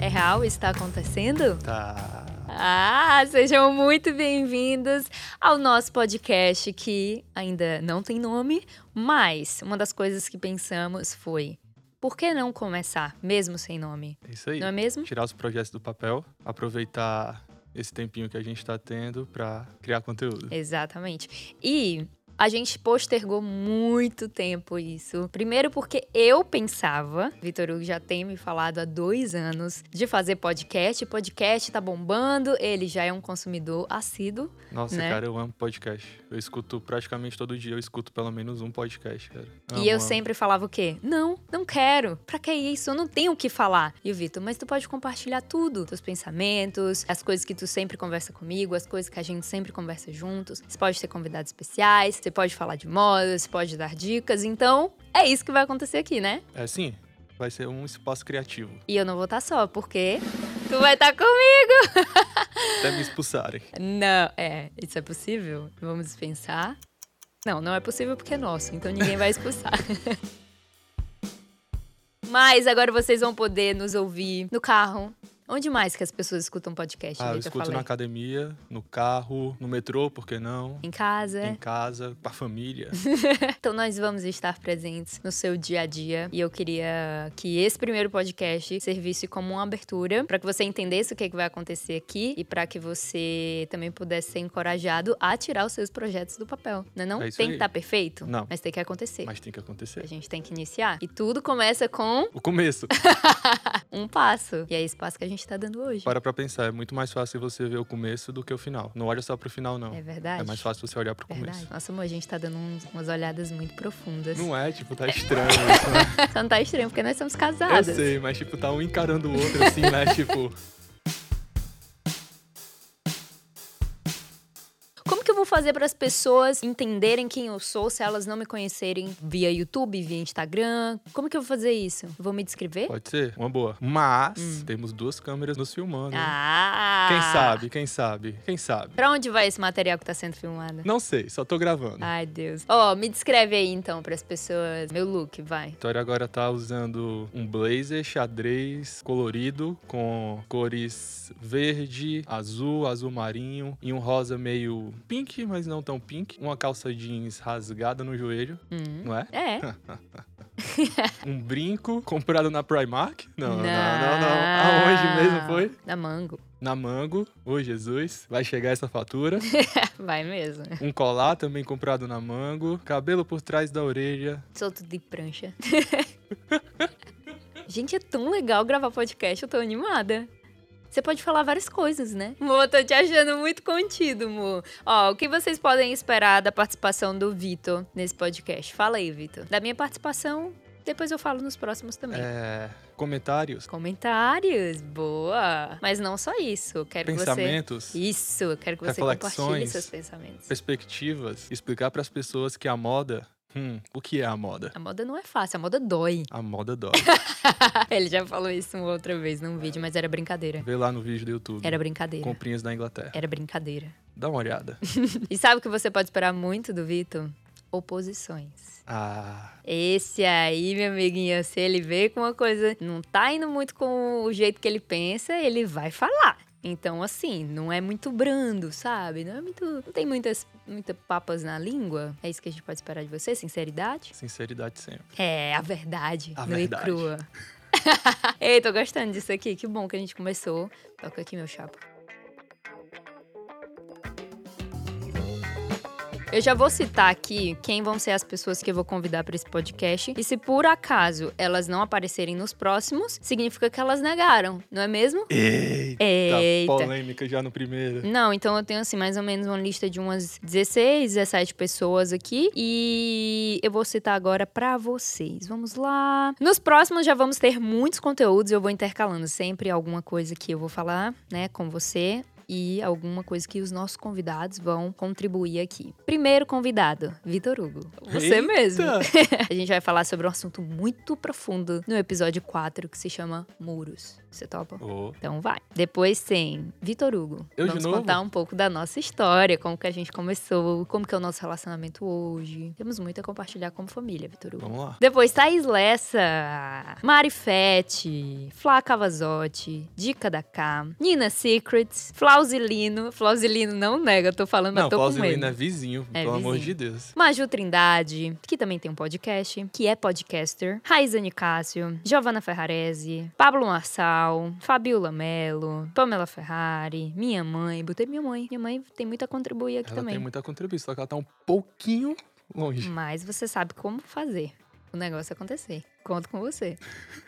É real está acontecendo? Tá. Ah, sejam muito bem-vindos ao nosso podcast que ainda não tem nome, mas uma das coisas que pensamos foi: por que não começar, mesmo sem nome? É isso aí. Não é mesmo? Tirar os projetos do papel, aproveitar esse tempinho que a gente tá tendo pra criar conteúdo. Exatamente. E a gente postergou muito tempo isso. Primeiro porque eu pensava, Vitor Hugo já tem me falado há dois anos, de fazer podcast. Podcast tá bombando, ele já é um consumidor assíduo. Nossa, Né? cara, eu amo podcast. Eu escuto praticamente todo dia, eu escuto pelo menos um podcast, cara. Amo, E eu amo. sempre falava o quê? Não, não quero. Pra que isso? Eu não tenho o que falar. E o Vitor, mas tu pode compartilhar tudo. Teus pensamentos, as coisas que tu sempre conversa comigo, as coisas que a gente sempre conversa juntos. Você pode ter convidados especiais, você pode falar de moda, você pode dar dicas. Então, é isso que vai acontecer aqui, né? É sim, vai ser um espaço criativo. E eu não vou estar só, porque tu vai tá estar comigo. Até me expulsarem. Não, é, isso é possível? Vamos pensar. Não, não é possível porque é nosso, então ninguém vai expulsar. Mas agora vocês vão poder nos ouvir no carro. Onde mais que as pessoas escutam podcast? Ah, eu Vitor? escuto Fala na aí. academia, no carro, no metrô, por que não? Em casa. Em casa, com a família. Então nós vamos estar presentes no seu dia a dia e eu queria que esse primeiro podcast servisse como uma abertura para que você entendesse o que, é que vai acontecer aqui e para que você também pudesse ser encorajado a tirar os seus projetos do papel, né não? É isso tem aí. que estar perfeito, Não. mas tem que acontecer. Mas tem que acontecer. A gente tem que iniciar. E tudo começa com O começo. um passo. E é esse passo que a gente tá dando hoje. Para pra pensar, é muito mais fácil você ver o começo do que o final. Não olha só pro final, não. É É, verdade. mais fácil você olhar pro Verdade. começo. Nossa, amor, a gente tá dando uns- umas olhadas muito profundas. Não é, tipo, tá estranho isso, né? Só não tá estranho, porque nós somos Eu casadas. sei, mas tipo, tá um encarando o outro assim, né? Tipo, Como que eu vou fazer para as pessoas entenderem quem eu sou se elas não me conhecerem via YouTube, via Instagram? Como que eu vou fazer isso? Vou me descrever? pode ser, uma boa. Mas temos duas câmeras nos filmando. né? Hum. Ah! Quem sabe, quem sabe, quem sabe. Pra onde vai esse material que tá sendo filmado? Não sei, só tô gravando. Ai, Deus. Ó, me descreve aí então para as pessoas. Meu look, vai. Vitória agora tá usando um blazer xadrez colorido com cores verde, azul, azul marinho e um rosa meio pink, mas não tão pink. Uma calça jeans rasgada no joelho, Hum. não é? É. Um brinco comprado na Primark? Não, não, não, não. Aonde mesmo foi? Na Mango. Na Mango. Ô, Jesus, vai chegar essa fatura. Vai mesmo. Um colar também comprado na Mango. Cabelo por trás da orelha. Solto de prancha. Gente, é tão legal gravar podcast, eu tô animada. Você pode falar várias coisas, né? Mo, tô te achando muito contido, Mo. Ó, o que vocês podem esperar da participação do Vitor nesse podcast? Fala aí, Vitor. Da minha participação, depois eu falo nos próximos também. É, comentários. Comentários, boa. Mas não só isso, eu quero Pensamentos. que você... Isso, eu quero que você Reflexões. compartilhe seus pensamentos. perspectivas, explicar pras pessoas que a moda, hum, o que é a moda? A moda não é fácil, a moda dói. Ah, A moda dói. Ele já falou isso uma outra vez num vídeo, mas era brincadeira. Vê lá no vídeo do YouTube. Era brincadeira. Comprinhas da Inglaterra. Era brincadeira. Dá uma olhada. E sabe o que você pode esperar muito do Vitor? Oposições. Ah, Esse aí, meu amiguinho, se ele vê com uma coisa não tá indo muito com o jeito que ele pensa, ele vai falar. Então, assim, não é muito brando, sabe? Não é muito. Não tem muitas, muitas papas na língua. É isso que a gente pode esperar de você? Sinceridade? sinceridade sempre. É, a verdade. A nua verdade. e crua. Ei, tô gostando disso aqui. Que bom que a gente começou. Toca aqui, meu chapa. Eu já vou citar aqui quem vão ser as pessoas que eu vou convidar para esse podcast. E se por acaso elas não aparecerem nos próximos, significa que elas negaram, não é mesmo? Tá, Eita, Eita. Tá polêmica já no primeiro. Não, então eu tenho assim mais ou menos uma lista de umas 16, 17 pessoas aqui e eu vou citar agora pra vocês. Vamos lá. Nos próximos já vamos ter muitos conteúdos, eu vou intercalando sempre alguma coisa que eu vou falar, né, com você. e alguma coisa que os nossos convidados vão contribuir aqui. Primeiro convidado, Vitor Hugo. Você Eita! mesmo. A gente vai falar sobre um assunto muito profundo no episódio 4 que se chama Muros. Você topa? Ô, Então vai. Depois tem Vitor Hugo. Eu de Vamos novo? contar um pouco da nossa história, como que a gente começou, como que é o nosso relacionamento hoje. Temos muito a compartilhar como família, Vitor Hugo. vamos lá. Depois Thaís Lessa, Mari Fete, Flá Cavazotti, Dica da K, Nina Secrets, Flauzilino. Flauzilino não nega, eu tô falando, Não, mas tô tá com medo. Plausilino é vizinho, É pelo amor de vizinho. Deus. Maju Trindade, que também tem um podcast, que é podcaster, Raizane Cássio, Giovanna Ferrarese, Pablo Marçal, Fabiola Mello, Pamela Ferrari, minha mãe, botei minha mãe. Minha mãe tem muito a contribuir aqui Ela também. Hum, tem muita contribuição, só que ela tá um pouquinho longe. Mas você sabe como fazer o negócio acontecer. Conto com você.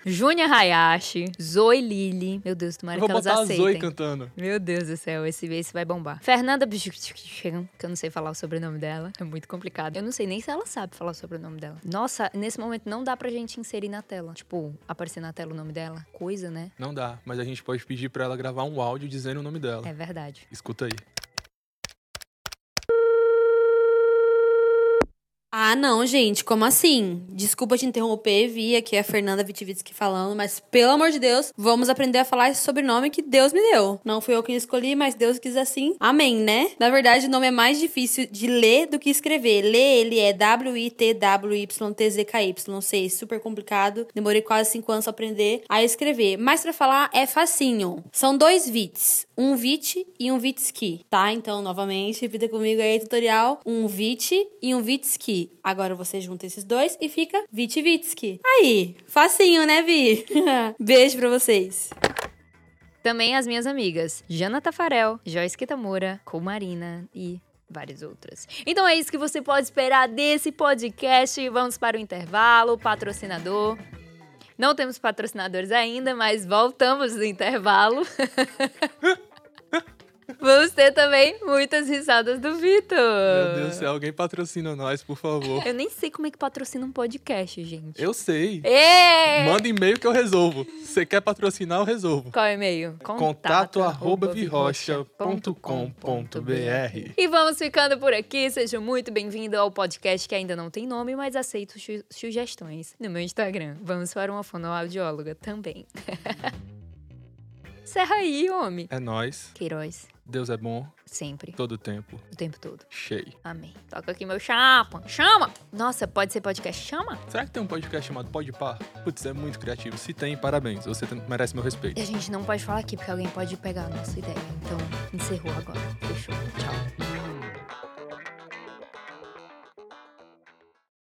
Júnior Hayashi, Zoe Lili. Meu Deus, Eu tomara vou que elas botar a Zoe aceitem. cantando. Meu Deus do céu, esse, esse vai bombar. Fernanda Bichuchichan, que eu não sei falar o sobrenome dela, é muito complicado. Eu não sei nem se ela sabe falar o sobrenome dela. Nossa, nesse momento não dá pra gente inserir na tela. Tipo, aparecer na tela o nome dela. Coisa, né? Não dá, mas a gente pode pedir pra ela gravar um áudio dizendo o nome dela. É verdade. Escuta aí. Ah, não, gente, como assim? Desculpa te interromper, Vi, aqui é a Fernanda Vitivitsky falando, mas pelo amor de Deus, vamos aprender a falar esse sobrenome que Deus me deu. Não fui eu quem escolhi, mas Deus quis assim. Amém, né? Na verdade, o nome é mais difícil de ler do que escrever. Ler ele é W-I-T-W-Y-T-Z-K-Y. Sei, super complicado. Demorei quase cinco anos pra aprender a escrever. Mas pra falar é facinho. São dois vits. Um vit e um vitski, tá? Então, novamente, repita comigo aí, tutorial. Um vit e um vitski. Agora você junta esses dois e fica vit vitski. Aí, facinho, né, Vi? Beijo pra vocês. Também as minhas amigas, Jana Tafarel, Joyce Kitamura, Comarina e várias outras. Então é isso que você pode esperar desse podcast. Vamos para o intervalo, patrocinador. Não temos patrocinadores ainda, mas voltamos do intervalo. Vamos ter também muitas risadas do Vitor. Meu Deus do céu, alguém patrocina nós, por favor. Eu nem sei como é que patrocina um podcast, gente. Eu sei. Ê! Manda e-mail que eu resolvo. Você quer patrocinar, eu resolvo. Qual é o e-mail? Contato arroba virrocha.com.br. virrocha.com.br. E vamos ficando por aqui. Seja muito bem-vindo ao podcast que ainda não tem nome, mas aceito su- sugestões no meu Instagram. Vamos para uma fonoaudióloga também. Serra aí, homem. É nós. Queiroz, Deus é bom sempre, todo tempo. o tempo todo. Cheio. Amém. Toca aqui meu chapa. Chama! Nossa, pode ser podcast chama? Será que tem um podcast chamado Pode Par? Putz, é muito criativo. Se tem, parabéns. Você tem- merece meu respeito. E a gente não pode falar aqui, porque alguém pode pegar a nossa ideia. Então, encerrou agora. Fechou. Tchau.